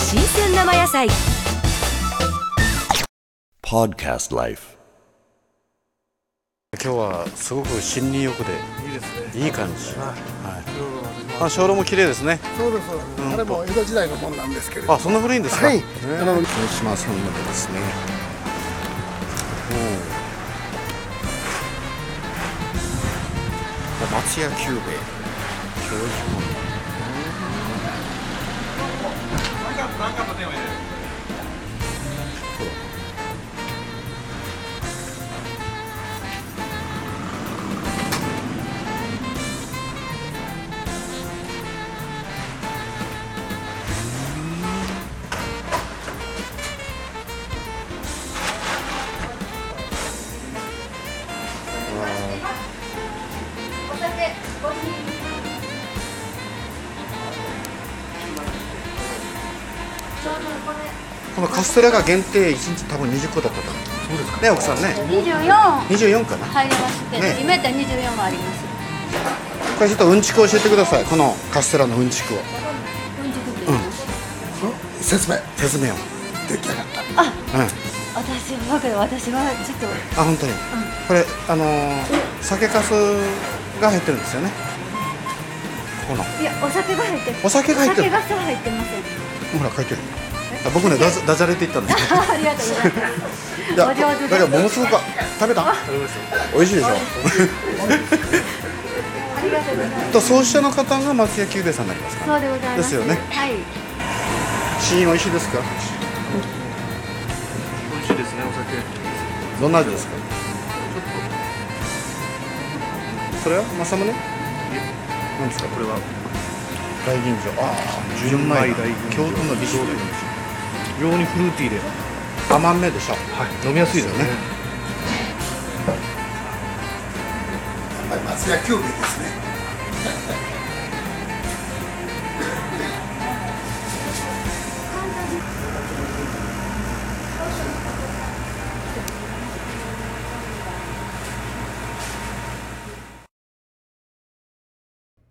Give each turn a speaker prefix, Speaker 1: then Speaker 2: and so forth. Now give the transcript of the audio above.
Speaker 1: 生野菜
Speaker 2: Podcast Life.
Speaker 3: 今日はすごく森林浴で
Speaker 4: いいですね。
Speaker 3: いい感じ、
Speaker 4: いろいろ始まる
Speaker 3: あ小路も綺麗ですね
Speaker 4: そうですそうです。あれも江戸時代のもんなんですけれど。
Speaker 3: あそんな古いんですか、
Speaker 4: はい
Speaker 3: ね。
Speaker 4: あの島さんのでですね。
Speaker 5: 松屋久兵衛教授もこのカステラが限定1日多分20個だったと思うそうですかね奥さんね
Speaker 6: 二十四
Speaker 5: 24かな
Speaker 6: 入りまして、
Speaker 5: ね
Speaker 6: 今やったら二十四もあります。
Speaker 5: これちょっとうんちく教えてくださいこのカステラのうんちくを
Speaker 6: うんちくって言います。
Speaker 4: 説明
Speaker 5: 説明を
Speaker 4: 出来上がった。
Speaker 6: 私僕私はちょっと
Speaker 5: あ本当に、これあのー、酒かすが入ってるんですよねこの
Speaker 6: いやお酒が入ってる。
Speaker 5: お酒が入ってる
Speaker 6: お酒がそう入ってませ
Speaker 5: ほら書いてるあ僕ねダジダジャレって言ったん です
Speaker 6: ん。ありがとうございます。
Speaker 5: いや
Speaker 6: お上手です
Speaker 5: だからものすごく食べた美味しいでしょ
Speaker 6: ありがとうございます。
Speaker 5: と創始者の方が松屋久兵衛さんになりますから
Speaker 6: そうでございます。
Speaker 5: ですよね
Speaker 6: はい。
Speaker 5: 試飲美味しいですか
Speaker 4: 美味しいですねお酒。
Speaker 5: どんな味ですかそれは正宗何ですかこれは大吟醸ああ純米大京都の美酒
Speaker 4: 非常にフルーティーで。
Speaker 5: 甘めでしょ
Speaker 4: はい。飲みやすいですね。松屋久兵衛ですね。